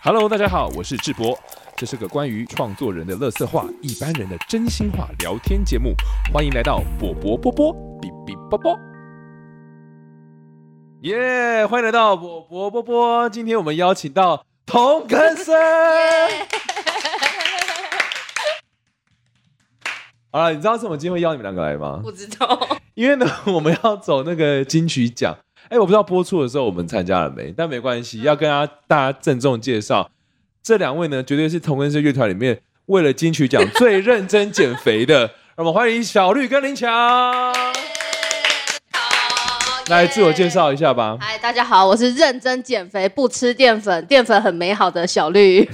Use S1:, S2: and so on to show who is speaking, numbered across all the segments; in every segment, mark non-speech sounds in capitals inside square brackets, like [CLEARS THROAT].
S1: Hello，大家好，我是智博，这是个关于创作人的乐色话、一般人的真心话聊天节目，欢迎来到波波波波比比波波。耶、欢迎来到波波波波，今天我们邀请到童根生。好了，你知道是我们今天会邀你们两个来吗？
S2: 不知道，
S1: 因为呢， [LAUGHS] 我们要走那个金曲奖。哎，我不知道播出的时候我们参加了没，但没关系，要跟大家大家郑重介绍，这两位呢，绝对是同根生乐团里面为了金曲奖 [LAUGHS] 最认真减肥的。让我们欢迎小绿跟林强，
S2: 好
S1: 来自我介。绍一下吧。
S2: 嗨，大家好，我是认真减肥、不吃淀粉、淀粉很美好的小绿。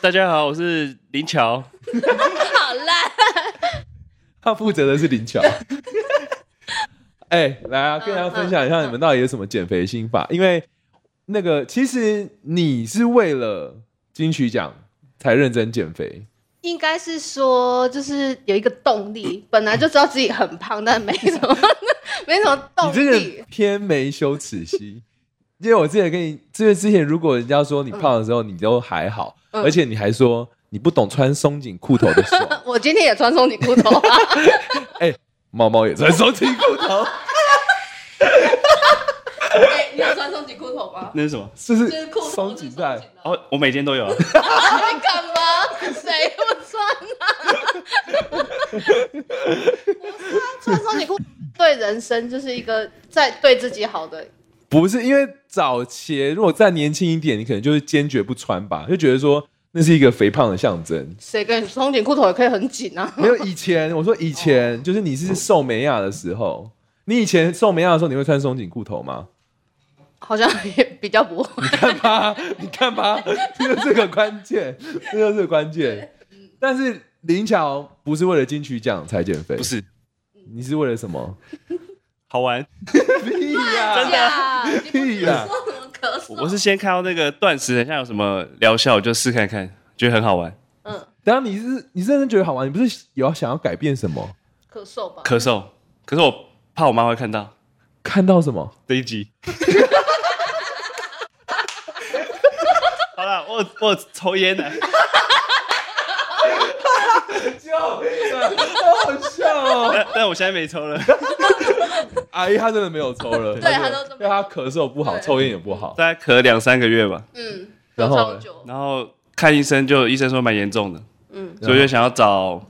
S3: 大家好，我是林乔。
S2: 好啦，
S1: 他负责的是林乔。哎，来啊，跟大家分享一下你们到底有什么减肥心法？因为那个，其实你是为了金曲奖才认真减肥，
S2: 应该是说就是有一个动力，本来就知道自己很胖，但没什 [LAUGHS] 么，没什么
S1: 你
S2: 动
S1: 这个
S2: 力。
S1: 偏没羞耻心。 [LAUGHS] 因为我之前跟你，就是之前如果人家说你胖的时候，你都还好，
S2: 嗯
S1: 而且你还说你不懂穿松紧裤头的手，
S2: [LAUGHS] 我今天也穿松紧裤头啊，
S1: 猫猫也穿松紧裤头，
S2: [LAUGHS] 哎你有穿松紧裤头吗？
S3: 那是什么？
S1: 就
S2: 就是是裤头
S1: 松紧带。
S3: 哦，我每天都有、啊。
S2: 你干嘛？谁不穿啊？不是啊，穿松紧裤对人生就是一个在对自己好的，
S1: 不是因为早前如果再年轻一点，你可能就是坚决不穿吧，就觉得说那是一个肥胖的象征。
S2: 谁跟你松紧裤头也可以很紧啊？
S1: 没有以前，我说以前
S2: 哦
S1: 就是你是瘦美亚的时候，你以前瘦美亚的时候，你会穿松紧裤头吗？
S2: 好像也比较不会。
S1: 你看吧，你看吧，这就是个关键，这就是个关键。但是林乔不是为了金曲奖才减肥，
S3: [LAUGHS] 不，是，
S1: 你是为了什么？
S3: 好玩。
S1: 屁呀、
S3: 真
S2: 哎
S3: 的
S2: 呀，你不
S1: 屁呀、
S2: 说什么咳嗽？
S3: 我我是先看到那个断食，很像有什么疗效，我就试看看，觉得很好玩。
S2: 嗯
S1: 当然你是你是认真觉得好玩，你不是有想要改变什么？
S2: 咳嗽吧。
S3: 咳嗽，可是我怕我妈会看到
S1: 看到什么？
S3: 这一集。 [LAUGHS] 好了，我有我有抽烟啊的、
S1: 救命！好好笑哦。
S3: 但但我现在没抽了。
S1: 阿姨她真的没有抽了，
S2: 对
S1: 她
S2: 她
S1: 就
S2: 都这么
S1: 因为她咳嗽不好，
S2: 对
S1: 抽烟也不好。
S3: 大概咳两三个月吧，
S2: 嗯，
S1: 然
S2: 咳
S1: 后
S2: 超
S1: 呢
S2: 久。
S3: 然后看医生就，医生说蛮严重的，
S2: 嗯
S3: 所以我就想要找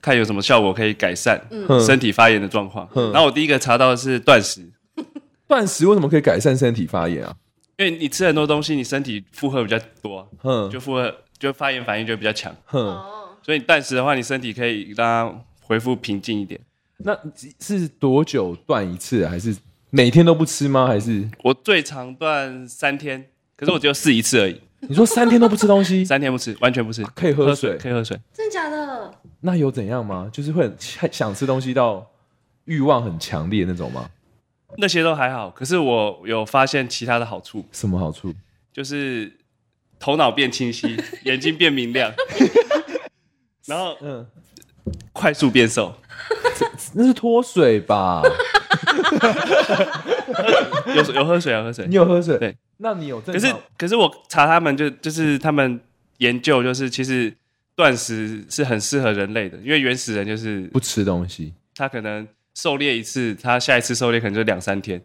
S3: 看有什么效果可以改善。
S1: 嗯
S3: 身体发炎的状况。
S1: 嗯
S3: 然后我第一个查到的是断食，
S1: 断食为什么可以改善身体发炎啊？
S3: 因为你吃很多东西，你身体负荷比较多，啊
S1: 哼
S3: 就负荷就发炎反应就比较强。
S1: 哼，
S2: 哦，
S3: 所以你断食的话，你身体可以让它恢复平静一点。
S1: 那是多久断一次啊？还是每天都不吃吗？还是
S3: 我最长断三天，可是我只有试一次而已，
S1: 你说三天都不吃东
S3: [LAUGHS]
S1: 西，
S3: 三天不吃，完全不吃。
S1: 可以喝水？
S3: 可以喝水，
S2: 真假的？
S1: 那有怎样吗？就是会很想吃东西到欲望很强烈那种吗？
S3: 那些都还好。可是我有发现其他的好处，
S1: 什么好处？
S3: 就是头脑变
S1: [LAUGHS]
S3: 清晰，眼睛变明亮，然后
S1: 嗯，
S3: 快速变瘦。
S1: 那是脱水吧？
S3: 有有喝水啊，喝水
S1: 你。有喝水？
S3: 对，
S1: 那你有正
S3: 可是
S1: 常
S3: 可是我查他们就就是他们研究就是其实断食是很适合人类的，因为原始人就是
S1: 不吃东西？
S3: 他可能狩猎一次，他下一次狩猎可能就两三天。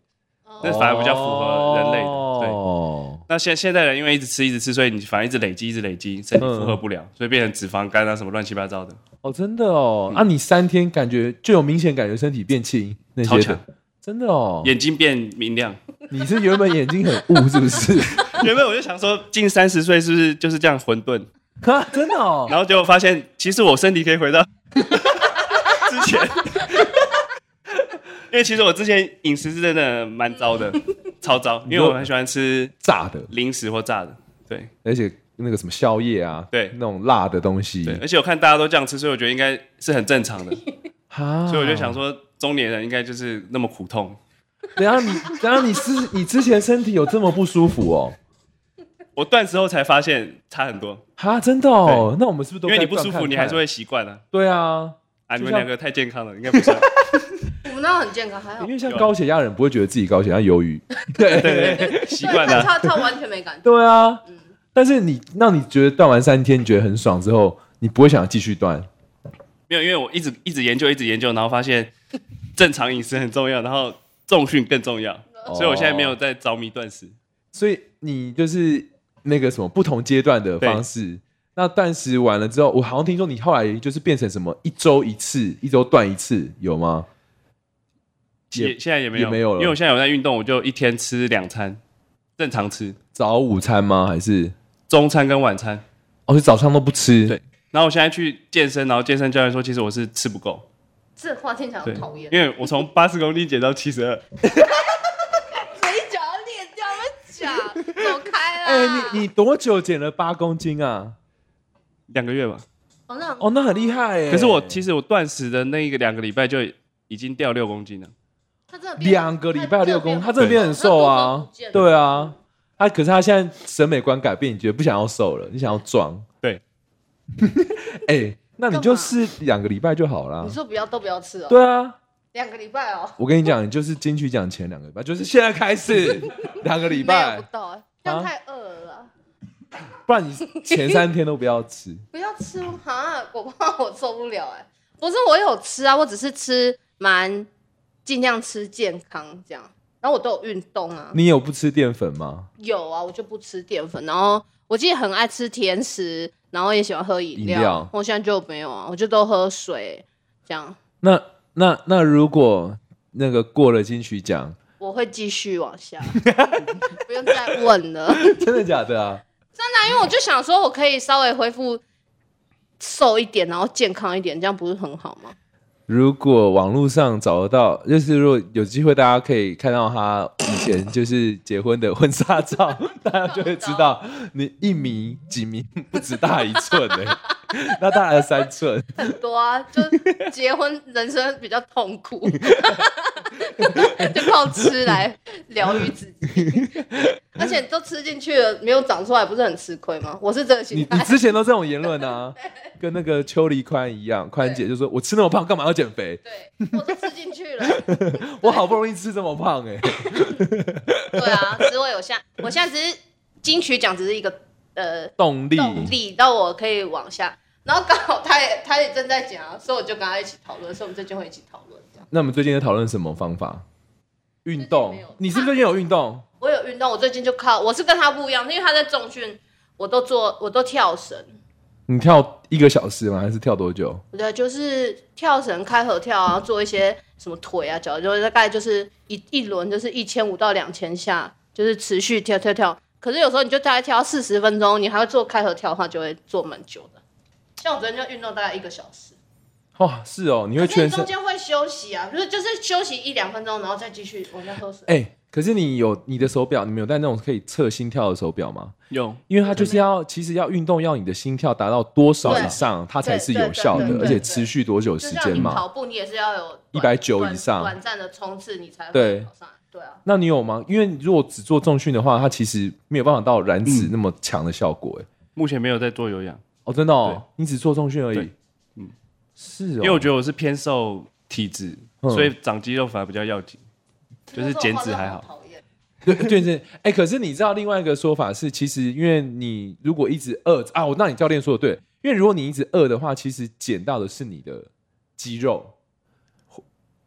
S3: 那
S2: 哦
S3: 反而比较符合人类的对
S1: 哦
S3: 那现现代人因为一直吃一直吃，所以你反而一直累积一直累积，身体
S1: 嗯
S3: 负荷不了，所以变成脂肪肝啊什么乱七八糟的。
S1: 哦，真的哦，
S3: 嗯
S1: 啊，你三天感觉就有明显感觉身体变轻那些
S3: 超
S1: 的
S3: 强，
S1: 真的哦。
S3: 眼睛变明亮。 [LAUGHS]
S1: 你是原本眼睛很雾是不是？
S3: 原本我就想说近三十岁是不是就是这样混沌，
S1: 啊，真的哦。
S3: 然后结果发现其实我身体可以回到之前。因为其实我之前饮食是真的蛮糟的，超糟，因为我很喜欢吃
S1: 炸的，
S3: 零食或炸的，对
S1: 而且那个什么宵夜啊，
S3: 对
S1: 那种辣的东西，
S3: 对，而且我看大家都这样吃，所以我觉得应该是很正常的，
S1: 啊，
S3: 所以我就想，说，中年人应该就是那么苦痛。
S1: 等一下你，等一下你是你之前身体有这么不舒服哦？
S3: 我断食后才发现差很多，
S1: 哈，真的哦，那我们是不是都
S3: 因为你
S1: 该
S3: 不
S1: 断
S3: 舒
S1: 看
S3: 服，
S1: 看
S3: 你还是会习惯啊。
S1: 对啊，就
S3: 啊，你们
S1: 像
S3: 两个太健康了，应该不是。啊
S2: 我们那很健康，还好
S1: 因。为像高血压的人不会觉得自己高血压忧郁，
S3: 对对对，习惯
S2: 对
S3: 了。啊
S2: 他他完全没感觉。
S1: 对啊，但是你让你觉得断完三天你觉得很爽之后，你不会想继续断，
S3: 没有，因为我一直一直研究，一直研究，然后发现正常饮食很重要，然后重训更重要，所以我现在没有
S1: 哦，
S3: 在着迷断食。
S1: 所以你就是那个什么不同阶段的方式。那断食完了之后，我好像听说你后来就是变成什么一周一次，一周断一次，有吗？也
S3: 也现在也没
S1: 也
S3: 有，
S1: 没有了
S3: 因为我现在有在运动，我就一天吃两餐，正常吃
S1: 早午餐吗？还是
S3: 中餐跟晚餐。
S1: 哦，是早上都不吃？
S3: 对然后我现在去健身，然后健身教练说，其实我是吃不够，
S2: 这话听起来
S3: 对
S2: 很讨，厌。
S3: 因为我从八十公斤减到七十二，
S2: 嘴角要裂掉，我讲，走开啦！
S1: [LAUGHS] 哎、你你多久减了八公斤啊？
S3: 两个月吧。
S2: 哦，那
S1: 哦，那很厉害哎、
S3: 可是我其
S1: 实
S3: 实我断食的那一个两个礼拜就已经掉六公斤了，
S2: 他真的变
S1: 两个礼拜六公斤，他真的
S3: 变
S1: 变很瘦啊，对啊，，他可是他现在审美观改变，你觉得不想要瘦了，你想要壮，
S3: 对，
S1: [LAUGHS] 哎、那你就是两个礼拜就好啦
S2: 你。说不要都不要吃哦，
S1: 啊对啊，
S2: 两个礼拜哦，
S1: 我跟你讲，你就是金曲奖前两个礼拜，就是现在开始 [LAUGHS] 两个礼
S2: 没有
S1: 拜啊
S2: 不，到哎，这样太饿了啊啦，
S1: 不然你前三天都不要吃。 [LAUGHS]
S2: 不要吃哦哈，我怕我受不了哎，不是我有吃啊，我只是吃蛮尽量吃健康这样，然后我都有运动啊，
S1: 你有不吃淀粉吗？
S2: 有啊，我就不吃淀粉，然后我记得很爱吃甜食，然后也喜欢喝饮料，
S1: 饮料
S2: 我现在就没有啊，我就都喝水这样。
S1: 那那那如果那个过了金曲奖，
S2: 我会继续
S1: [LAUGHS]
S2: 往下，不用再问了。
S1: 真的假的啊？
S2: 那因为我就想说，我可以稍微恢复瘦一点，然后健康一点，这样不是很好吗？
S1: 如果网络上找得到，就是如果有机会，大家可以看到他以前就是结婚的婚纱照， [LAUGHS] 大家就会知道你一米几米不止大一寸的、 [LAUGHS] 那大概三寸。
S2: 很多啊，就结婚人生比较痛苦，就靠吃来疗愈自己，而且都吃进去了，没有长出来，不是很吃亏吗？我是这个
S1: 你
S2: 心
S1: 你
S2: 态。
S1: 之前都这种言论啊，跟那个邱黎宽一样，宽姐就说我吃那么胖干嘛要减肥？
S2: 对，我都吃进去了。
S1: 我好不容易吃这么胖哎、
S2: 对啊，只是我有下，我现在只是金曲奖只是一个呃
S1: 动力。
S2: 动力，到我可以往下。然后刚好他也 [LAUGHS] 他也正在讲啊，所以我就跟他一起讨论，所以我们最近会一起讨论这样。
S1: 那我们最近在讨论什么方法？运动
S2: 最近没有？
S1: 你是不是最近有运动？
S2: 我有运动，我最近就靠我是跟他不一样，因为他在重训，我都做我都跳绳，
S1: 你跳一个小时吗？还是跳多久？
S2: 我的就是跳绳、开合跳啊，做一些什么腿啊、脚，就是大概就是一一轮就是一千五到两千下，就是持续跳跳跳。可是有时候你就大概跳四十分钟，你还会做开合跳的话，就会做蛮久的。像我昨天就运动大概一个小时，
S1: 哦，是哦，你会
S2: 啊可是
S1: 全
S2: 你
S1: 身
S2: 中。间会休息啊，就是就是休息一两分钟，然后再继续往下喝水。
S1: 哎、可是你有你的手表，你们有戴那种可以测心跳的手表吗？
S3: 有
S1: 因为它就是要，其实要运动，要你的心跳达到多少以上，它才是有效
S2: 对
S1: 的
S2: 对，
S1: 而
S2: 对
S1: 且持续多久
S2: 就
S1: 时
S2: 像
S1: 间
S2: 你
S1: 嘛？
S2: 跑步，你也是要有短
S1: 190
S2: 短
S1: 以上
S2: 短暂的冲刺，你才会
S1: 对
S2: 跑上来。对啊，
S1: 那你有吗？因为如果只做重训的话，它其实没有办法到燃
S3: 嗯
S1: 脂那么强的效果、哎、
S3: 目前没有在做有氧，
S1: 哦，真的哦，你只做重训而已
S3: 对，嗯，
S1: 是哦，
S3: 因为我觉得我是偏瘦体质，
S1: 嗯
S3: 所以长肌肉反而比较要紧，就是减脂还好。
S2: 讨厌。
S1: [LAUGHS] 对对对，哎、可是你知道另外一个说法是，其实因为你如果一直饿啊，我那你教练说的对，因为如果你一直饿的话，其实减到的是你的肌肉，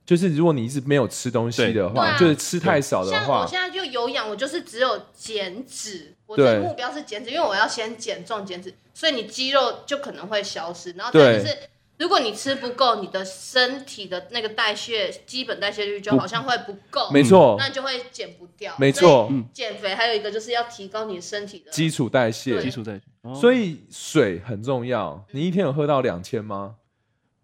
S1: 就是如果你一直没有吃东西的
S2: 对
S1: 话，
S2: 对啊
S1: 就是吃太少的
S2: 像我
S1: 话，
S2: 现在就有氧，我就是只有减脂，我
S1: 对
S2: 的目标是减脂，因为我要先减重减脂，所以你肌肉就可能会消失。然后再来就
S1: 对
S2: 是，如果你吃不够，你的身体的那个代谢基本代谢率就好像会不够，
S1: 没错
S2: 那，你就会减不掉。
S1: 没，错，
S2: 减肥还有一个就是要提高你身体的
S1: 基础代谢
S3: 基
S2: 对，
S3: 础在，哦
S1: 所以水很重要。你一天有喝到两千吗？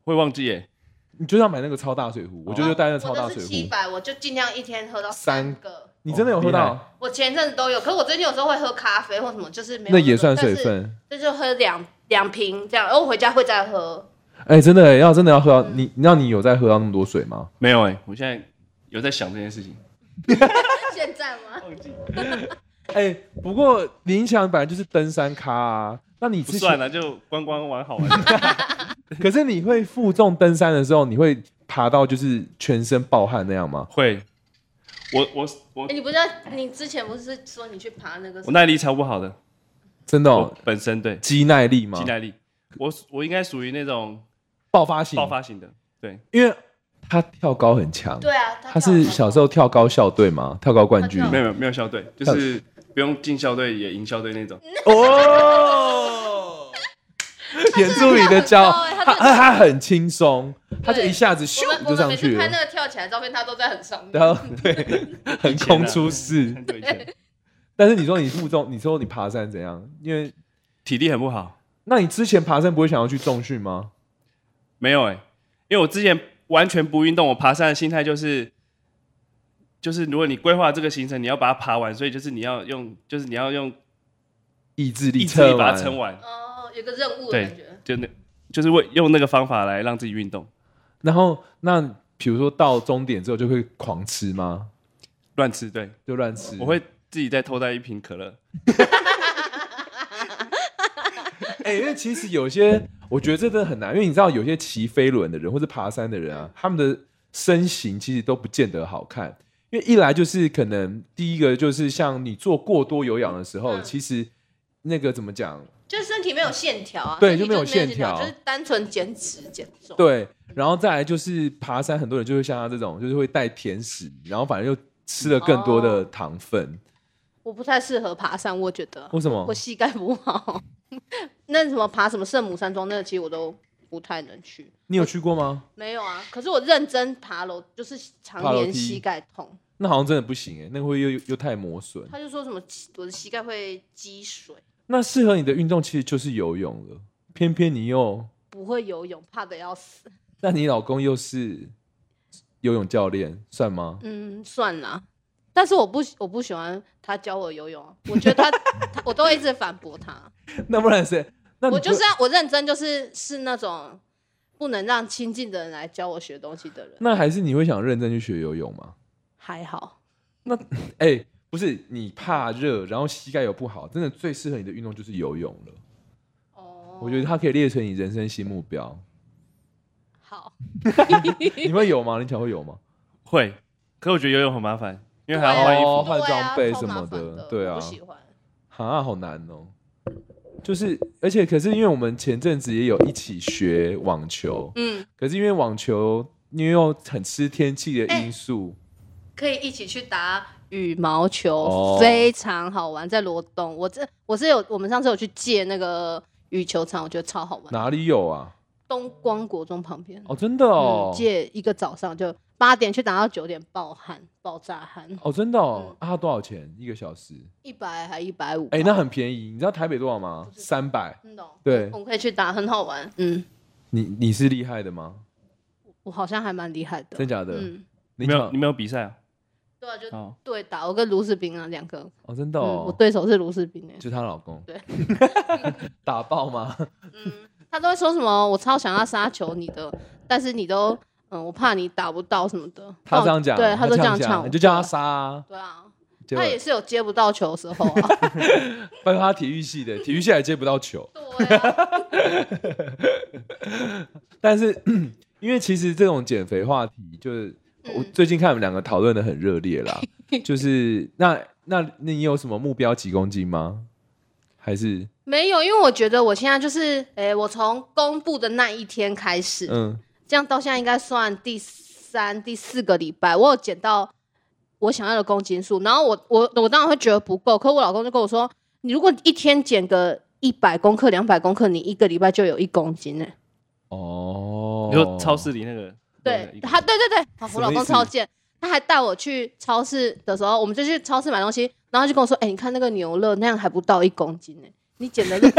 S3: 会忘记耶。
S1: 你就要买那个超大水壶，我就就带那个超大
S2: 啊我的
S1: 水
S2: 是七
S1: 壶。
S2: 百，我就尽量一天喝到
S1: 三
S2: 三个。
S1: 你真的有喝
S3: 哦厉
S1: 到？
S2: 我前阵子都有，可是我最近有时候会喝咖啡或什么，就是没有
S1: 那
S2: 个
S1: 也算
S2: 但
S1: 水
S2: 是
S1: 分。
S2: 这就喝两两瓶这样，然后我回家会再喝。
S1: 哎、真的、要真的要喝到你，那你有在喝到那么多水吗？
S3: 没有哎，我现在有在想这件事情。
S2: 现在吗？
S1: 哎、不过林强本来就是登山咖啊，那你
S3: 不
S1: 之前
S3: 算了，就观光玩好玩。
S1: 可是你会负重登山的时候，你会爬到就是全身暴汗那样吗？
S3: 会，我我我
S2: 哎、你不是要你之前不是说你去爬那个什
S3: 我
S2: 么？
S3: 耐力超不好的，
S1: 真的、
S3: 我
S1: 哦，
S3: 本身对
S1: 肌耐力吗
S3: 肌？耐力，我我应该属于那种
S1: 爆发性，
S3: 爆发型的，对，
S1: 因为他跳高很强。
S2: 对啊，
S1: 他是小时
S2: 候
S1: 候跳高校队吗？跳高冠军
S2: 他跳
S3: 没有没有没有校队，就是不用进校队也赢校队 [LAUGHS] 那种，
S1: 哦，掩住你的骄傲，
S2: 他真的
S1: 他他他很轻松，他就一下子
S2: 我们
S1: 咻
S2: 我
S1: 就
S2: 们
S1: 上
S2: 每
S1: 去
S2: 次拍
S1: 了，
S2: 那个跳起来的照片，他都在很上面。
S1: 然后对，横
S3: 啊
S1: 空出世。
S3: 很久以前，
S1: 但是你说你负重，你说你爬山怎样？因为
S3: 体力很不好，
S1: 那你之前爬山不会想要去重训吗？
S3: 没有哎、因为我之前完全不运动，我爬山的心态就是，就是如果你规划这个行程，你要把它爬完，所以就是你要用，就是你要用
S1: 意志力
S3: 意志力
S1: 测
S3: 把它
S1: 完，
S3: 撑完，
S2: 哦，有个任务的感觉。
S3: 就那就是为用那个方法来让自己运动，
S1: 然后那比如说到终点之后就会狂吃吗？
S3: 乱吃对，
S1: 就乱吃？
S3: 我会自己再偷带一瓶可乐，
S1: 哎、因为其实有些我觉得这真的很难，因为你知道有些骑飞轮的人或是爬山的人啊，他们的身形其实都不见得好看。因为一来就是可能第一个就是像你做过多有氧的时候，
S2: 嗯
S1: 其实那个怎么讲？
S2: 就是身体没有线条啊，
S1: 对
S2: 身体
S1: 就没有
S2: 线
S1: 线条
S2: 就是单纯减脂减重。
S1: 对，然后再来就是爬山，很多人就会像他这种，就是会带甜食，然后反正又吃了更多
S3: 哦
S1: 的糖分。
S2: 我不太适合爬山，我觉得
S1: 为什么
S2: 我？膝盖不好。 [LAUGHS] 那什么爬什么圣母山庄，那个其实我都不太能去。
S1: 你有去过吗？
S2: 没有啊，可是我认真爬楼，就是
S1: 爬
S2: 常
S1: 楼
S2: 年
S1: 梯
S2: 膝盖痛。
S1: 那好像真的不行哎、那个会又又又太磨损。
S2: 他就说什么我的膝盖会积水，
S1: 那适合你的运动其实就是游泳了，偏偏你又
S2: 不会游泳，怕的要死。
S1: 那你老公又是游泳教练，算吗？ [LAUGHS]
S2: 嗯，算啦。但是我不喜我不喜欢他教我游泳啊，我觉
S1: [LAUGHS]
S2: 得他他我都会一直反驳他。
S1: 那不然谁？那你
S2: 我就是要我认真，就是是那种不能让亲近的人来教我学东西的人。
S1: 那还是你会想认真去学游泳吗？
S2: 还好，
S1: 哎、不是你怕热，然后膝盖又不好，真的最适合你的运动就是游泳了。
S2: 哦
S1: 我觉得它可以列成你人生新目
S2: [LAUGHS]
S1: 标。
S2: 好。
S1: 你会有吗？你想会有吗？
S3: 会，可我觉得游泳很麻烦，因为还
S2: 对啊
S3: 要换衣服，
S1: 哦
S2: 对啊
S1: 换装备什么
S2: 超麻烦
S1: 的
S2: 的，
S1: 对啊
S2: 我不喜欢。
S1: 啊，好难哦。就是，而且可是因为我们前阵子也有一起学网球，
S2: 嗯，
S1: 可是因为网球因为又很吃天气的因素，
S2: 哎可以一起去打羽毛球，
S1: 哦
S2: 非常好玩，在罗东。我这我是有，我们上次有去借那个羽球场，我觉得超好玩。
S1: 哪里有啊？
S2: 东光国中旁边，
S1: 哦，真的哦，
S2: 嗯，借一个早上就八点去打到九点，爆汗，爆炸汗，
S1: 哦，真的哦，
S2: 嗯
S1: 啊，多少钱一个小时？
S2: 一百还一百五。
S1: 哎、那很便宜，你知道台北多少吗？三百。
S2: 真的哦、
S1: 对
S2: 我们可以去打，很好玩。嗯，
S1: 你你是厉害的吗？
S2: 我好像还蛮厉害的。
S1: 真假的？
S2: 嗯，
S1: 你
S3: 没有
S1: 讲
S3: 你没有比赛啊？
S2: 对啊，就
S3: 哦，
S2: 对打，我跟卢士兵啊两个，
S1: 哦，真的
S2: 嗯，我
S1: 哦，
S2: 对手是卢士兵哎、
S1: 就是她老公，
S2: 对，
S1: [LAUGHS] 打爆
S2: [LAUGHS]
S1: 吗？
S2: 他都会说什么我超想要杀球你的，但是你都嗯，我怕你打不到什么的。哦
S1: 他这样讲，
S2: 对，
S1: 他
S2: 都这样
S1: 讲，
S2: 呛，
S1: 你就叫他。杀啊。
S2: 对啊，
S1: 结果
S2: 他也是有接不到球的时候
S1: [LAUGHS]
S2: 啊。
S1: 包括他体育系的，体育系还接不到球。
S2: 对啊，
S1: 但是 [CLEARS THROAT] 因为其实这种减肥话题，就是、
S2: 嗯
S1: 我最近看你们两个讨论的很热烈
S2: [LAUGHS]
S1: 啦。就是那那那你有什么目标几公斤吗？还是
S2: 没有，因为我觉得我现在就是，诶、我从公布的那一天开始，
S1: 嗯
S2: 这样到现在应该算第三、第四个礼拜，我有减到我想要的公斤数。然后我我我当然会觉得不够，可我老公就跟我说，你如果一天减个一百公克、两百公克，你一个礼拜就有一公斤欸呢、
S1: 哦，
S3: 你说超市里那个，
S2: 对
S3: 一，个
S2: 他对对对，好
S1: 什么
S2: 我老
S1: 意
S2: 公
S1: 思
S2: 超贱，他还带我去超市的时候，我们就去超市买东西，然后就跟我说：“哎、你看那个牛肉那样还不到一公斤呢、你减的肉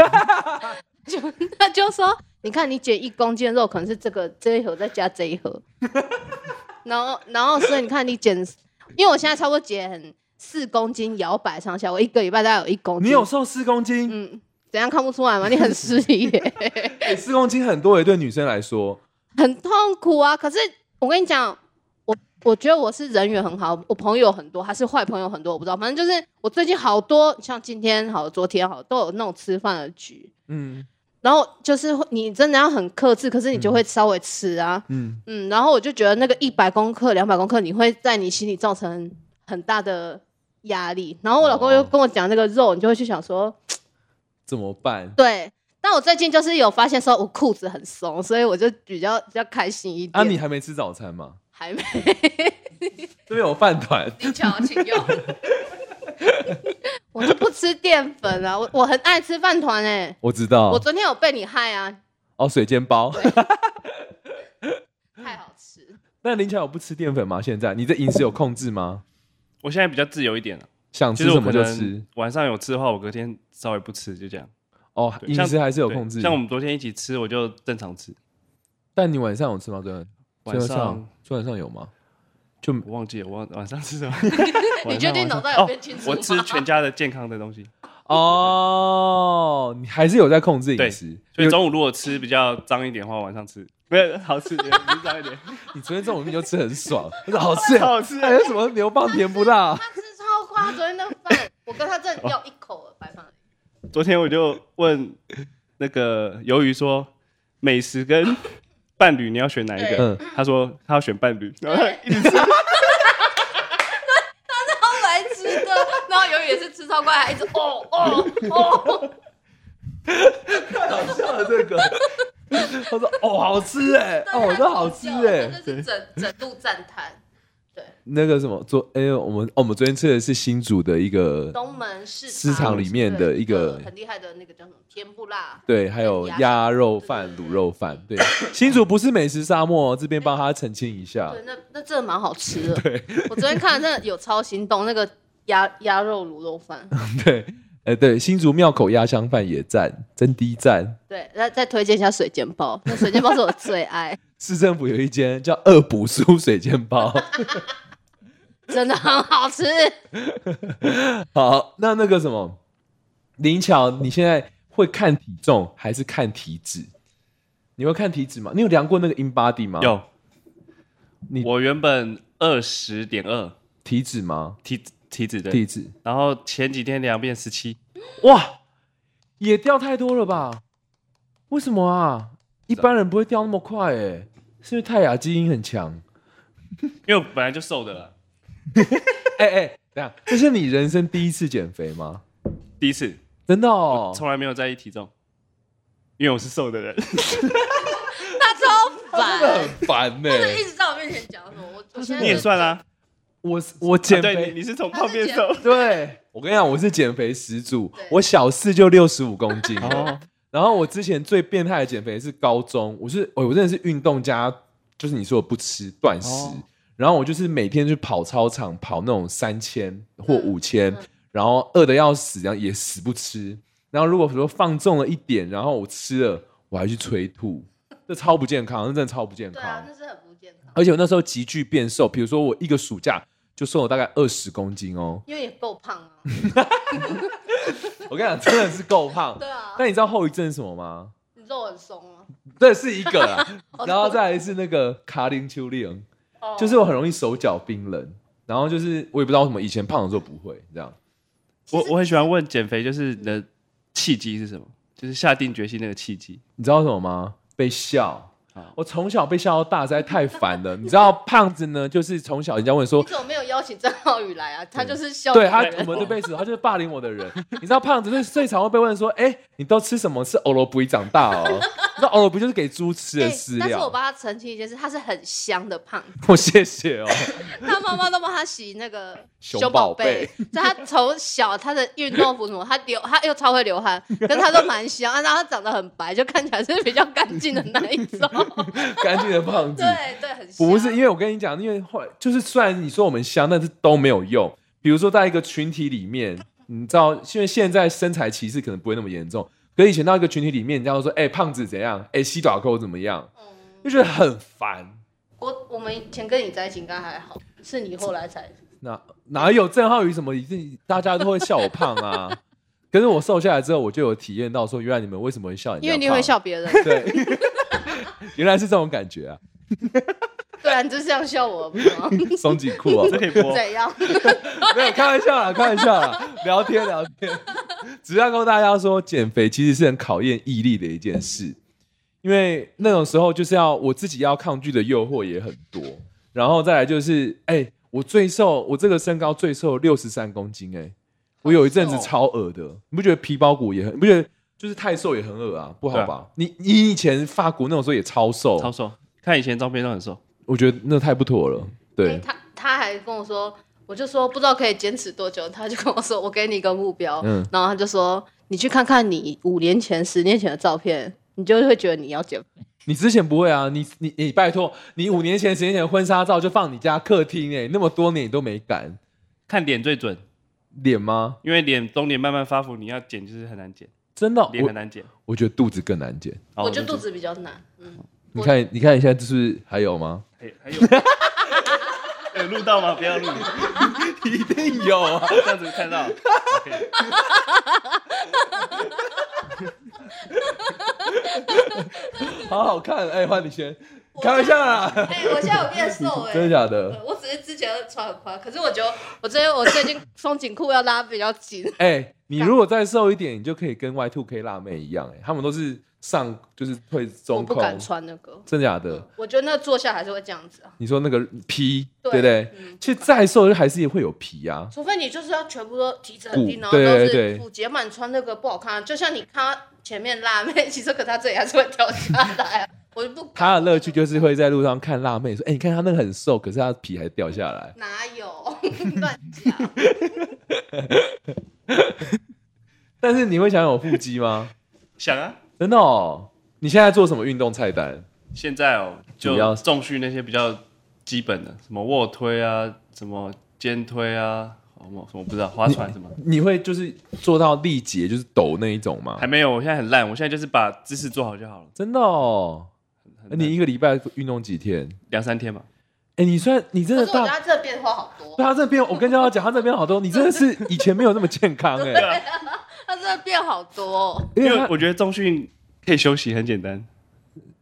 S2: 就他就说，你看你减一公斤的肉，可能是这个这一盒再加这一盒，然后然后所以你看你减，因为我现在差不多减四公斤摇摆上下，我一个礼拜大概有一公斤，
S1: 你有瘦四公斤？
S2: 嗯，怎样看不出来吗？你很失礼耶、
S1: 哎、四公斤很多也对女生来说，
S2: 很痛苦啊。可是我跟你讲，我我觉得我是人缘很好，我朋友很多，还是坏朋友很多，我不知道。反正就是我最近好多，像今天好，昨天好，都有那种吃饭的局。
S1: 嗯，
S2: 然后就是会你真的要很克制，可是你就会稍微吃啊，
S1: 嗯，
S2: 嗯，然后我就觉得那个一百公克、两百公克，你会在你心里造成很大的压力。然后我老公
S1: 哦
S2: 又跟我讲那个肉，你就会去想说，
S1: 怎么办？
S2: 对。但我最近就是有发现说，我裤子很松，所以我就比较比较开心一点。
S1: 啊，你还没吃早餐吗？
S2: 还没
S1: 这边有饭
S2: [LAUGHS]
S1: 团，
S4: 灵巧请用。
S2: 我就不吃淀粉啊，我我很爱吃饭团哎。
S1: [LAUGHS] 我知道
S2: 我。昨天有被你害啊，
S1: 哦，水煎包。
S2: 太好吃。
S1: 那林巧有不吃淀粉吗？现在你的饮食有控制吗？
S3: 我现在比较自由一点了，
S1: 想
S3: 其
S1: 吃
S3: 实
S1: 什
S3: 我可
S1: 么就吃
S3: 能。晚上有吃的话，我隔天稍微不吃，就这样。
S1: 哦，
S3: 对
S1: 饮
S3: 像
S1: 食还是有
S3: 对
S1: 控制。
S3: 像我们昨天一起吃，我就正常吃。
S1: 但你晚上有吃吗？昨天
S3: 晚上
S1: 昨天晚上有吗？就
S3: 我忘记了，我忘晚上吃什么？
S2: [LAUGHS] 你确定脑袋有
S3: 晚上哦
S2: 变清楚
S3: 我
S2: 吗？
S3: 吃全家的健康的东西，
S1: 哦，你还是有在控制饮
S3: 对
S1: 食。
S3: 所以
S1: 有
S3: 中午如果吃比较脏一点的话，晚上吃不是好吃一点，不是脏一点，
S1: 你昨天中午你就吃很爽， [LAUGHS] 我说好吃
S3: [LAUGHS] 好吃
S1: 还有什么牛蒡甜不
S3: [LAUGHS]
S1: 辣？
S2: 他吃超夸，昨天那饭， [LAUGHS] 我跟他真的要一口白饭。
S3: 昨天我就问那个鱿鱼说，美食跟伴侣你要选哪一个
S1: 嗯？
S3: 他说他要选伴侣，然后他 [LAUGHS] 一直吃，
S4: 超白痴的，然后由于也是吃超快，还一直哦哦
S1: [LAUGHS]
S4: 哦，
S1: 太好笑了这个。 [LAUGHS] 他说哦好吃哎，哦这好吃哎
S2: 真的。是整整路赞叹。
S1: 那个什么昨哎我们哦我们昨天吃的是新竹的一个
S2: 东门市
S1: 市场里面的一个
S2: 对很厉害的那个叫什么天不辣，
S1: 对，还有
S2: 鸭
S1: 鸭肉饭、卤
S2: 对对对
S1: 肉饭。
S3: [LAUGHS]
S1: 对，新竹不是美食沙漠哦，这边帮他澄清一下
S2: 对，。那那真的蛮好吃
S1: [LAUGHS]
S2: 的。 [LAUGHS] 我昨天看了真的有超心动，那个鸭鸭肉卤
S1: [LAUGHS]
S2: 肉饭，
S1: 对，呃，对，新竹庙口鸭香饭也赞，真滴赞。
S2: 对，再再推荐一下水煎包，那水煎包是我最爱， [LAUGHS]
S1: 市政府有一间叫二补酥水煎包。
S2: 真的很好吃。 [LAUGHS]
S1: 好，那那个什么，林巧，你现在会看体重还是看体脂？你会看体脂吗？你有量过那个 in body 吗？
S3: 有
S1: 你。
S3: 我原本二十点二
S1: 体脂吗？
S3: 体体脂的，
S1: 体脂
S3: 然后前几天量变十七，
S1: 哇，也掉太多了吧？为什么啊？一般人不会掉那么快哎、是因为泰雅基因很强？
S3: 因为我本来就瘦的了，
S1: [LAUGHS] 哎哎，等一下，这是你人生第一次减肥吗？
S3: 第一次
S1: 真的哦，
S3: 从来没有在意体重，因为我是瘦的人。
S4: 他超
S1: 哦
S4: 烦，
S1: 烦呢、
S2: [LAUGHS]
S4: 一直在我面前讲什么，我我现在
S3: [LAUGHS] 你也算
S1: 啊
S3: 啦、
S1: 我我减
S3: 啊
S1: 肥、
S3: 对，你你是从胖变瘦。
S1: 对，我跟你讲，我是减肥始祖
S4: 对，
S1: 我小四就六十五公斤，
S3: 哦，
S1: 然后我之前最变态的减肥是高中，我是哦我我真的是运动加，就是你说的不吃断食，
S3: 哦
S1: 然后我就是每天去跑操场，跑那种三千或五千、然后饿的要死，然后也死不吃，然后如果说放纵了一点，然后我吃了，我还去催吐，这超不健康，这真的超不健
S2: 对
S1: 康。
S2: 啊，那是很不健康，
S1: 而且我那时候急剧变瘦，比如说我一个暑假就瘦了大概二十公斤哦。
S2: 因为也够胖啊。
S1: [LAUGHS] 我跟你讲，真的是够
S2: [LAUGHS]
S1: 胖。
S2: 对啊，
S1: 但你知道后遗症是什么吗？
S2: 你肉很松啊。
S1: 这是一个啦，然后再来是那个卡林丘利昂，
S2: 哦
S1: 就是我很容易手脚冰冷，然后就是我也不知道为什么以前胖的时候不会这样。
S3: 我我很喜欢问减肥，就是你的契机是什么？就是下定决心那个契 [LAUGHS] 机。
S1: 你知道什么吗？被笑
S3: 啊。
S1: 我从小被笑到大，实在太烦了。你知道胖子呢，就是从小人家问说
S2: 你，怎么没有邀请郑浩宇来啊？他就是笑
S1: 对
S2: 你
S1: 他
S2: 的，人
S1: 我们这辈子他就是霸凌我的人。你知道胖子最最常会被问说，哎、你都吃什么？吃欧罗布长大哦？ [LAUGHS] 你知道欧罗布就是给猪吃的
S2: 哎
S1: 饲
S2: 但是我
S1: 料。
S2: 帮他澄清一件事，他是很香的胖子
S1: 我谢谢
S2: [LAUGHS]
S1: 哦，
S2: 他妈妈都帮他洗那个
S1: 熊
S2: 宝
S1: 宝
S2: 贝
S1: 贝，
S2: 所以他从小他的运动服什么，他流他又超会流
S1: [LAUGHS]
S2: 汗，跟他都蛮像，啊然后他长得很白，就看起来是比较干净的那一
S1: [LAUGHS]
S2: 种。
S1: 干净的胖子。
S2: 对对，很像
S1: [LAUGHS] 不是，因为我跟你讲，因为后来就是虽然你说我们香，但是都没有用。比如说在一个群体里面，你知道，因为现在身材歧视可能不会那么严重，可以前到一个群体里面，人家会说，哎、胖子怎样？哎、西爪扣怎么样？就觉得很烦。
S2: 我我们以前跟你在一起应该还好，是你后来才
S1: 哪哪有郑浩宇什么？一定大家都会笑我胖
S2: [LAUGHS]
S1: 啊。可是我瘦下来之后，我就有体验到说，原来你们为什么会笑人家
S2: 因为你会
S1: 胖，
S2: 笑
S1: [LAUGHS]
S2: 别人，
S1: 对，原来是这种感觉啊，
S2: 对啊，你就是这样笑我不
S1: [LAUGHS] 哦
S2: 吗？
S1: 松紧裤啊，
S3: 这可以
S1: [LAUGHS]
S3: 播，
S2: 怎样？
S1: 没有开玩笑啦，开玩笑啦，聊天聊天，只是要告诉大家说，减肥其实是很考验毅力的一件事，因为那种时候就是要我自己要抗拒的诱惑也很多，然后再来就是，哎、我最瘦，我这个身高最瘦六十三公斤、哎，我有一阵子
S4: 好瘦
S1: 超恶的，你不觉得皮包骨也很，你不觉得就是太瘦也很恶啊，不好吧？你你以前发骨那种时候也超瘦，
S3: 超瘦，看以前照片都很瘦。
S1: 我觉得那太不妥了，对。
S2: 欸他他还跟我说，我就说不知道可以坚持多久，他就跟我说，我给你一个目标，
S1: 嗯
S2: 然后他就说，你去看看你五年前、十年前的照片，你就会觉得你要减肥。
S1: 你之前不会啊？你你你拜托，你五年前、十年前的婚纱照就放你家客厅哎、那么多年你都没改
S3: 看脸最准，
S1: 脸吗？
S3: 因为脸中年慢慢发福，你要减就是很难减，
S1: 真的哦，
S3: 脸很
S1: 我
S3: 难减。
S1: 我觉得肚子更难减。
S3: 哦
S2: 我就肚，子比较难，嗯，
S1: 你看，你看你现在就是还有吗？
S3: 哎还有 [LAUGHS] 有录到吗？不要录，
S1: [LAUGHS] 一定有啊！
S3: 这样子看到。OK
S1: [LAUGHS] 好好看哎，换、你先，开玩笑啦，
S4: 哎、我现在有变瘦
S1: [LAUGHS]
S4: 哎、
S1: 真的假的？
S2: 呃我只是之前穿很宽，可是我觉得我最近我最近松紧裤要拉比较紧，
S1: 哎、你如果再瘦一点，你就可以跟 Y Two K 辣妹一样哎、他们都是上就是会
S2: 我
S1: 中
S2: 不
S1: 控，
S2: 敢穿那个。
S1: 真的假的？
S2: 我觉得那个坐下还是会这样子啊，
S1: 你说那个皮，
S2: 对
S1: 不对？
S2: 嗯
S1: 其实再瘦还是也会有皮啊。
S2: 除非你就是要全部都提着很低，
S1: 骨
S2: 然后都
S1: 对对
S2: 是
S1: 对
S2: 骨节满穿那个不好看啊、就像你看她前面辣妹骑车，可她这里还是会掉下来、啊，我就不敢
S1: 他的乐趣就是会在路上看辣妹，说：“哎、你看她那个很瘦，可是她的皮还掉下来。
S2: 哪有 [LAUGHS] 乱
S1: [LAUGHS]
S2: 讲？”
S1: 但是你会想有腹肌吗？ [LAUGHS]
S3: 想啊，
S1: 真的哦！你现在做什么运动菜单？
S3: 现在哦
S1: 主要
S3: 就重训那些比较基本的，什么卧推啊，什么肩推啊，什么什么不知道划船什么。
S1: 你会就是做到力竭，就是抖那一种吗
S3: 还？没有，我现在很烂，我现在就是把姿势做好就好了。
S1: 真的哦！
S3: 很烂
S1: 你一个礼拜运动几天？
S3: 两三天吧，
S1: 哎、你虽然你真
S2: 可
S1: 的
S2: 是我觉得
S1: 大，
S2: 她这变化好多，
S1: 对他这边我跟大家讲，他这边好多，你真的是以前没有那么健康哎、
S2: 她真的变好多哦、
S1: 因
S3: [LAUGHS] 因
S1: 为
S3: 为
S1: 他
S3: 我觉得重训可以休息，很简单，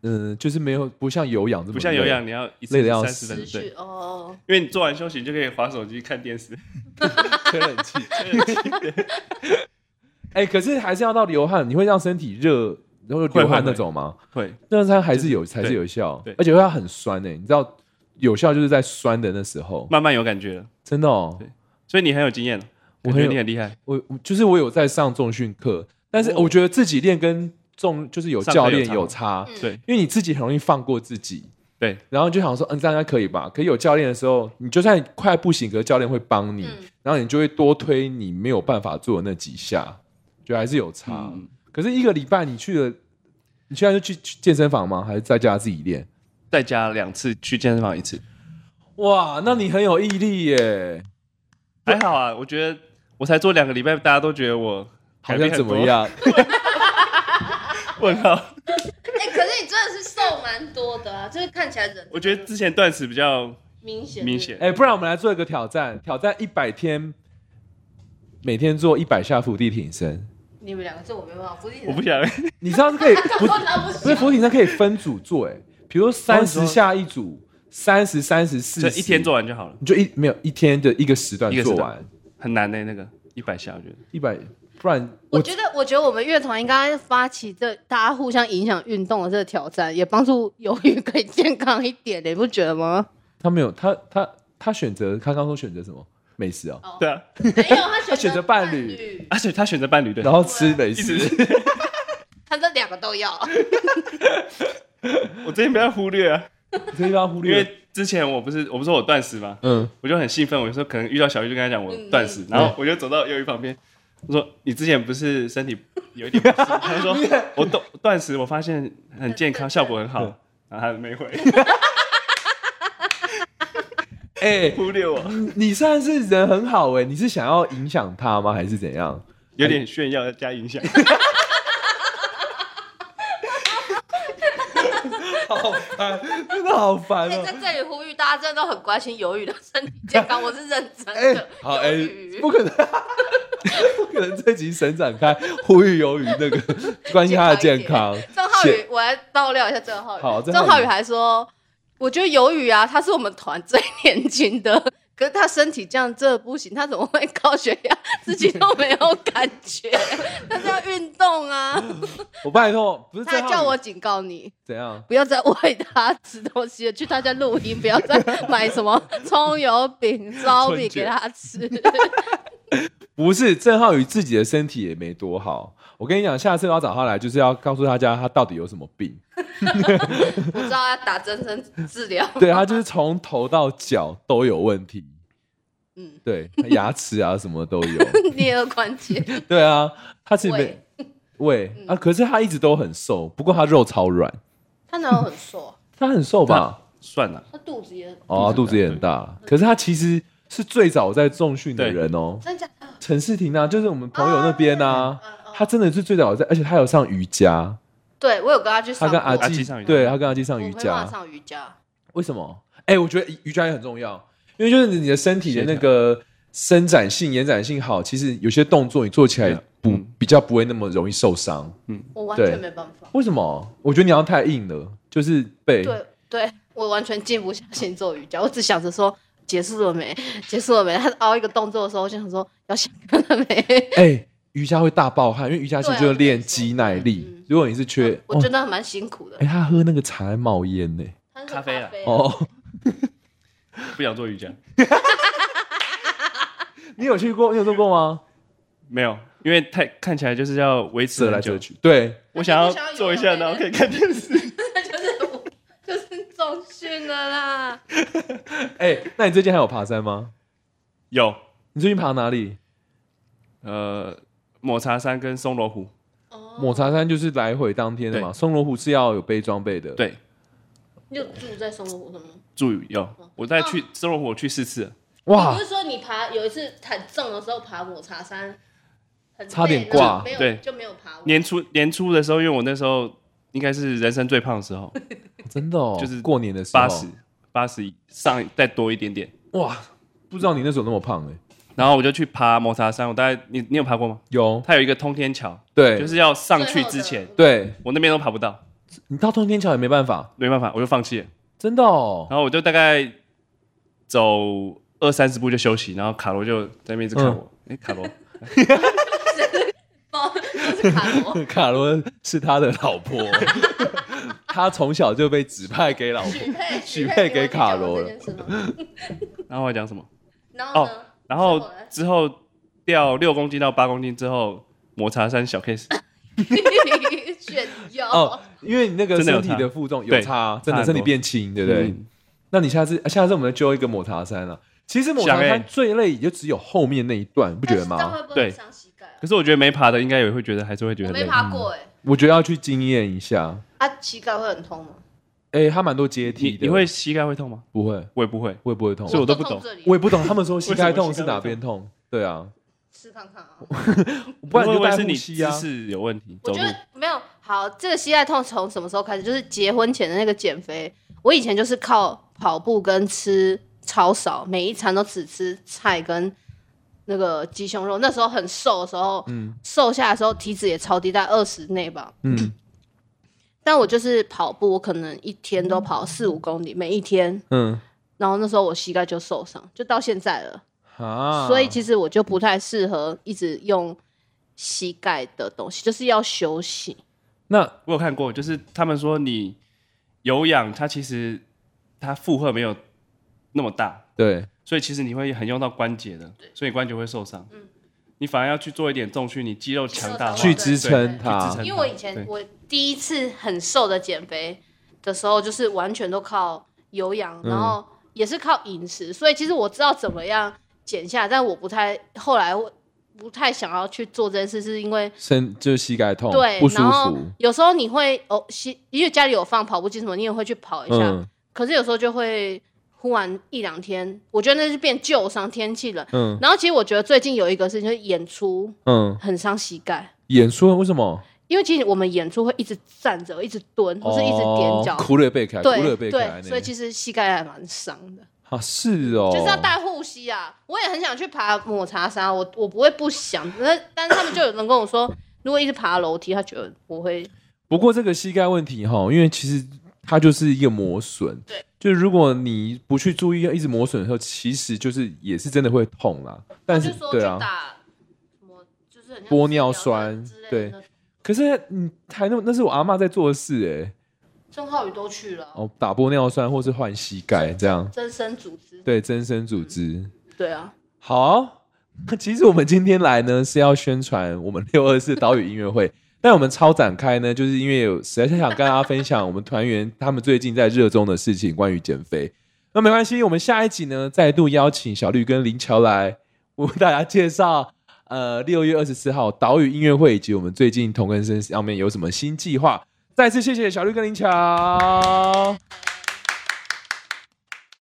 S1: 嗯、就是没有不像有氧这么
S3: 不像有
S1: 累
S3: 氧你要一次
S1: 累得要
S3: 三十分
S2: 持
S3: 钟，对
S2: 续哦，
S3: 因为你做完休息你就可以划手机、看电视。
S1: 吹冷气。 [LAUGHS] 哎、可是还是要到流汗，你会让身体热，然后流汗那种吗？
S3: [LAUGHS] 会，
S1: 那它还是有，还是
S3: 对
S1: 有效
S3: 对，
S1: 而且它很酸欸呢、你知道，有效就是在酸的那时候，
S3: 慢慢有感觉了，
S1: 真的哦、
S3: 对所以你很有经验了，
S1: 我
S3: 我
S1: 很
S3: 觉
S1: 有
S3: 得你很厉害。
S1: 我我就是我有在上重训课，但是
S3: 哦
S1: 我觉得自己练跟重就是有教练
S3: 上课
S1: 有
S3: 有
S1: 差，
S2: 嗯
S3: 对
S1: 因为你自己很容易放过自己，
S3: 对，
S1: 然后就想说，嗯，这样应该可以吧？可有教练的时候，你就算快不行，可是教练会帮你，
S2: 嗯
S1: 然后你就会多推你没有办法做的那几下，觉得还是有差。
S3: 嗯
S1: 可是一个礼拜你去了，你现在就去去健身房吗？还是在家自己练？
S3: 再加两次去健身房一次，
S1: 哇，那你很有毅力耶！
S3: 还好啊。我觉得我才做两个礼拜，大家都觉得我
S1: 好像
S3: 改变
S1: 怎
S3: 很多
S1: 么？样？ [LAUGHS]
S3: 问号。
S2: 哎、可是你真的是瘦蛮多的啊，就是看起来人
S3: 我觉得之前断食比较
S2: 明显
S3: 明，显，
S1: 哎、不然我们来做一个挑战，挑战一百天，每天做一百下伏地挺身。
S2: 你们两个这我没办法，不是
S1: 哎
S3: 我不想。
S1: 你知道是可以
S2: [LAUGHS] 我
S1: 不
S2: 都拿不啊
S1: 不是
S2: 起，
S1: 伏地挺身可以分组做、哎，比如说三十下一组，三十、三十、四
S3: 哦啊就
S1: 十，
S3: 一天，做完就好了，
S1: 你就一没有一天的一个时段
S3: 一个时
S1: 做
S3: 段
S1: 完
S3: 很难的、那个一百下，我觉得
S1: 一百，不然
S2: 我
S1: 我
S2: 觉得，我觉得我们乐团应该发起这大家互相影响运动的这个挑战，也帮助鱿鱼可以健康一点，你不觉得吗？
S1: 他没有他他他选择他刚说选择什么美食哦、
S3: 对啊。
S2: 没有，他选
S1: 他选择伴侣，
S3: 而且啊他选择伴侣对
S1: 然，后吃美
S3: 一
S1: 食
S3: 直。
S2: 他这两个都要。
S3: 我之前不要忽略啊，
S1: 你可以把它忽
S3: 因
S1: 略。
S3: 为之前我不是我不是说我断食吗？
S1: 嗯，
S3: 我就很兴奋，我说可能遇到小玉就跟他讲我断食，
S2: 嗯
S3: 然后我就走到鱿鱼旁边，我说你之前不是身
S2: [LAUGHS]
S3: 体有一点不适？他说我断断食，我发现很健
S2: [LAUGHS]
S3: 康，效果很好，然后他没回，
S1: 哎、
S3: 忽略我，
S1: 你算是人很好哎、你是想要影响他吗，还是怎样？
S3: [LAUGHS] 有点炫耀加
S2: [LAUGHS]
S3: 影响，
S1: 好烦，真的好烦哦
S4: 哎、在这里呼吁大家，真的都很关心鱿鱼的身体健
S1: [LAUGHS]
S4: 康，我是认真
S1: 哎、
S4: 的。
S1: 好哎、
S4: 鱿鱼
S1: 不可能， [LAUGHS] 不可能这集神展开呼吁鱿鱼那个关心他的健康。
S4: 郑浩
S1: 谢
S4: 宇，我来爆料一下郑浩宇。
S1: 好郑
S4: 郑
S1: 浩
S4: 浩
S1: 宇
S4: 宇还说，我觉得鱿鱼啊，他是我们团最年轻的
S2: [LAUGHS] 可是他身体这样这不行，他怎么会高血压？自己都没有感觉， [LAUGHS] 他是要运动啊。
S1: 我拜托，不是
S2: 他还
S1: 嗯郑浩宇
S2: 叫我警告你，
S1: 怎样？
S2: 不要再喂他吃东西了，去他家录音，不要再买什么葱油饼、烧饼给他吃。 [LAUGHS]
S1: 不是郑浩宇自己的身体也没多好。我跟你讲，下次要找他来，就是要告诉大家他到底有什么病。
S4: 我知道要打针针治
S2: [LAUGHS]
S4: 疗。
S1: 对他就是从头到脚都有问题。嗯
S2: 嗯，
S1: 对，他牙齿啊什么都有。
S4: 颞颌关节，
S1: 对啊，他其实没胃啊，可是他一直都很瘦，不过他肉超软，
S2: 他哪有很瘦啊？
S1: 他很瘦吧？
S3: 算了，
S2: 他肚子也很
S1: 哦，肚子也很大，可是他其实是最早在重训的人哦。
S2: 真假的？
S1: 陈世婷啊，就是我们朋友那边
S2: 哦
S1: 啊，他真的是最早在，而且他有上瑜伽，
S2: 对我有跟他去
S1: 他
S2: 上
S1: 跟
S2: 过，
S1: 阿
S3: 阿
S1: 纪
S3: 纪上瑜伽
S1: 对他跟阿纪上
S2: 我
S1: 瑜
S2: 没办
S1: 伽
S2: 法，上瑜伽，
S1: 为什么？哎、我觉得瑜伽也很重要，因为就是你的身体的那个伸展性、延展性好，其实有些动作你做起来
S3: 对啊
S1: 不、
S3: 嗯
S1: 比较不会那么容易受伤。
S2: 我完
S1: 对
S2: 全没办法。
S1: 为什么？我觉得你要太硬了，就是背。
S2: 对对，我完全静不下心做瑜伽，我只想着说结束了没，结束了没。他凹一个动作的时候，我就想说要想看了没。 [LAUGHS]
S1: 哎、瑜伽会大爆汗，因为瑜伽其实
S2: 对啊
S1: 就是练肌耐力。
S2: 嗯
S1: 如果你是缺，
S2: 我觉
S1: 哦
S2: 得还蛮辛苦的
S1: 哎、。他喝那个茶还冒烟呢、
S2: 他是
S3: 咖啡啊
S2: 哦，
S1: 哦，
S3: 不想做瑜伽，
S1: 你有去过？你有做过吗？
S3: 没有，因为太看起来就是要维持
S1: 折来
S3: 很
S1: 折
S3: 久。
S1: 去，对，
S3: 我想要
S2: 我想要
S3: 做一
S2: 有
S3: 下，
S2: 那个
S3: 然后可以看电视。 [LAUGHS]
S4: 就是重训了啦。
S1: 哎、那你最近还有爬山吗？
S3: 有，
S1: 你最近爬哪里？
S3: 呃，抹茶山跟松罗湖，
S1: 抹茶山就是来回当天的嘛，松罗湖是要有背装备的。，
S3: 对，
S2: 你有住在松湖什么？
S3: 住
S2: 哦
S3: 有。我在去松罗湖，我去四次了，
S2: 你
S1: 哇
S2: 不，是说你爬有一次很重的时候爬抹茶山，很累
S1: 差点挂
S2: 然后没有
S3: 对
S2: 就没有爬完。
S3: 年初年初的时候，因为我那时候应该是人生最胖的时候，
S1: 真的哦，
S3: 就是
S1: 过年的时候，
S3: 八十八十上再多一点点。
S1: 哇，不知道你那时候那么胖哎、
S3: 然后我就去爬摩茶山，我大概你你有爬过吗？
S1: 有，
S3: 它有一个通天桥，
S1: 对，
S3: 就是要上去
S2: 最后的 [LAUGHS]
S3: 之前，
S1: 对
S3: 我那边都爬不到，
S1: 你到通天桥也没办法，
S3: 没办法，我就放弃了。
S1: 真的哦，
S3: 然后我就大概走二三十步就休息，然后卡罗就在那边一直看我，
S1: 嗯
S3: 哎、卡罗，
S4: 包就是卡
S1: [LAUGHS]
S4: 罗，
S3: 哦 [LAUGHS]
S1: 卡罗是他的老婆， [LAUGHS] 他从小就被指派给老婆。许配给卡罗了
S4: 了。
S3: 然后我还讲什么？
S4: 然后
S2: [LAUGHS]
S4: 呢？
S3: 然后
S4: 后来
S3: 之后掉六公斤到八公斤之后，摩茶山小 case，
S4: 炫耀。
S1: 哦，因为你那个
S3: 真的有
S1: 身
S3: 差
S1: 体的负重有
S3: 对
S1: 差，
S3: 差
S1: 真的
S3: 很
S1: 身体
S3: 多
S1: 变轻，对不对？
S3: 嗯
S1: 那你下次下次我们就揪一个抹茶山了、其实抹茶
S3: 想
S1: 山
S3: 欸
S1: 最累也就只有后面那一段，不觉
S2: 哎
S1: 得
S4: 但是这样
S1: 吗？
S4: 会不
S3: 对
S4: 会伤膝盖啊？
S3: 可是我觉得没爬的应该也会觉得还是会觉得
S4: 我
S3: 很
S4: 没
S3: 累。
S4: 爬
S2: 欸
S4: 过哎，
S1: 我觉得要去经验一下。
S2: 嗯啊，膝盖会很痛吗？
S1: 哎、它蛮多阶
S3: 你
S1: 梯的，
S3: 你会膝盖会痛吗？
S1: 不会？
S3: 我也不会，
S1: 会不会痛？
S3: 哦所以我都
S2: 就
S3: 不
S2: 痛
S3: 懂
S2: 这里啊
S1: 我也不懂他们说膝盖痛
S3: 为什
S1: 是
S3: 么膝盖会痛
S1: 哪边痛。对啊，
S2: 吃看看啊。
S1: 不然你
S3: 会
S1: 就
S3: 不
S1: 带
S3: 会是
S1: 护
S3: 你
S1: 膝啊
S3: 姿。势有问题？
S2: 我
S3: 走
S2: 觉
S3: 路
S2: 得没有好，这个膝盖痛从什么时候开始？就是结婚前的那个减肥。我以前就是靠跑步跟吃超少，每一餐都只吃菜跟那个鸡胸肉。那时候很瘦的时候，
S1: 嗯
S2: 瘦下来的时候体脂也超低，在二十内吧。
S1: 嗯
S2: 但我就是跑步，我可能一天都跑四五公里，每一天。
S1: 嗯
S2: 然后那时候我膝盖就受伤，就到现在了。
S1: 啊，
S2: 所以其实我就不太适合一直用膝盖的东西，就是要休息。
S1: 那
S3: 我有看过，就是他们说你有氧，它其实它负荷没有那么大，
S1: 对
S3: 所以其实你会很用到关节的，所以关节会受伤。
S2: 嗯
S3: 你反而要去做一点重训，你肌肉强大化，
S4: 去
S1: 去支
S4: 支
S1: 撑
S3: 撑
S1: 它
S3: 它，
S1: 对
S2: 因为我以前我第一次很瘦的减肥的时候，就是完全都靠有氧，
S1: 嗯
S2: 然后也是靠饮食，所以其实我知道怎么样减下来，但我不太后来我不太想要去做这件事，是因为
S1: 身就是膝盖痛，
S2: 对
S1: 哦不，舒
S2: 然后
S1: 服。
S2: 有时候你会哦，西因为家里有放跑步机什么，你也会去跑一下，
S1: 嗯
S2: 可是有时候就会忽然一两天，我觉得那是变旧伤，天气冷。
S1: 嗯
S2: 然后其实我觉得最近有一个事情就是演出
S1: 嗯，
S2: 很伤膝盖。
S1: 演说为什么？
S2: 因为其实我们演出会一直站着，一直蹲，或是一直
S1: 哦
S2: 踮脚，
S1: 苦累背开，苦累
S2: 对
S1: 背开
S2: 对，所
S1: 呢
S2: 以。其实膝盖还蛮伤的，
S1: 啊，是哦，
S2: 就是要带护膝啊。我也很想去爬抹茶山，我我不会不想，那但是他们就有人跟我说，如果一直爬楼梯，他觉得我会
S1: 不过这个膝盖问题哈，因为其实它就是一个磨损。
S4: 对，
S1: 就是如果你不去注意，一直磨损的时候，其实就是也是真的会痛啦。但
S4: 就是说去
S1: 对啊，
S4: 打什么，就是很像
S1: 玻尿
S4: 治疗
S2: 啊
S1: 酸
S4: 之类的
S1: 对
S4: 那种，
S1: 可是你还那那是我阿妈在做的事哎、
S2: 郑浩宇都去了，
S1: 哦，打玻尿酸或是换膝盖这样，
S2: 增生组织。
S1: 对，增生组织。
S2: 对啊，
S1: 好， [LAUGHS] 其实我们今天来呢是要宣传我们六二四岛屿音乐会，但我们超展开呢，就是因为有实在是想跟大家分享我们团员他们最近在热衷的事情，关于减肥。那没关系，我们下一集呢再度邀请小绿跟林乔来为大家介绍。呃，六月二十四号岛屿音乐会以及我们啊最近同根生上面有什么新计划？再次谢谢小绿跟林乔。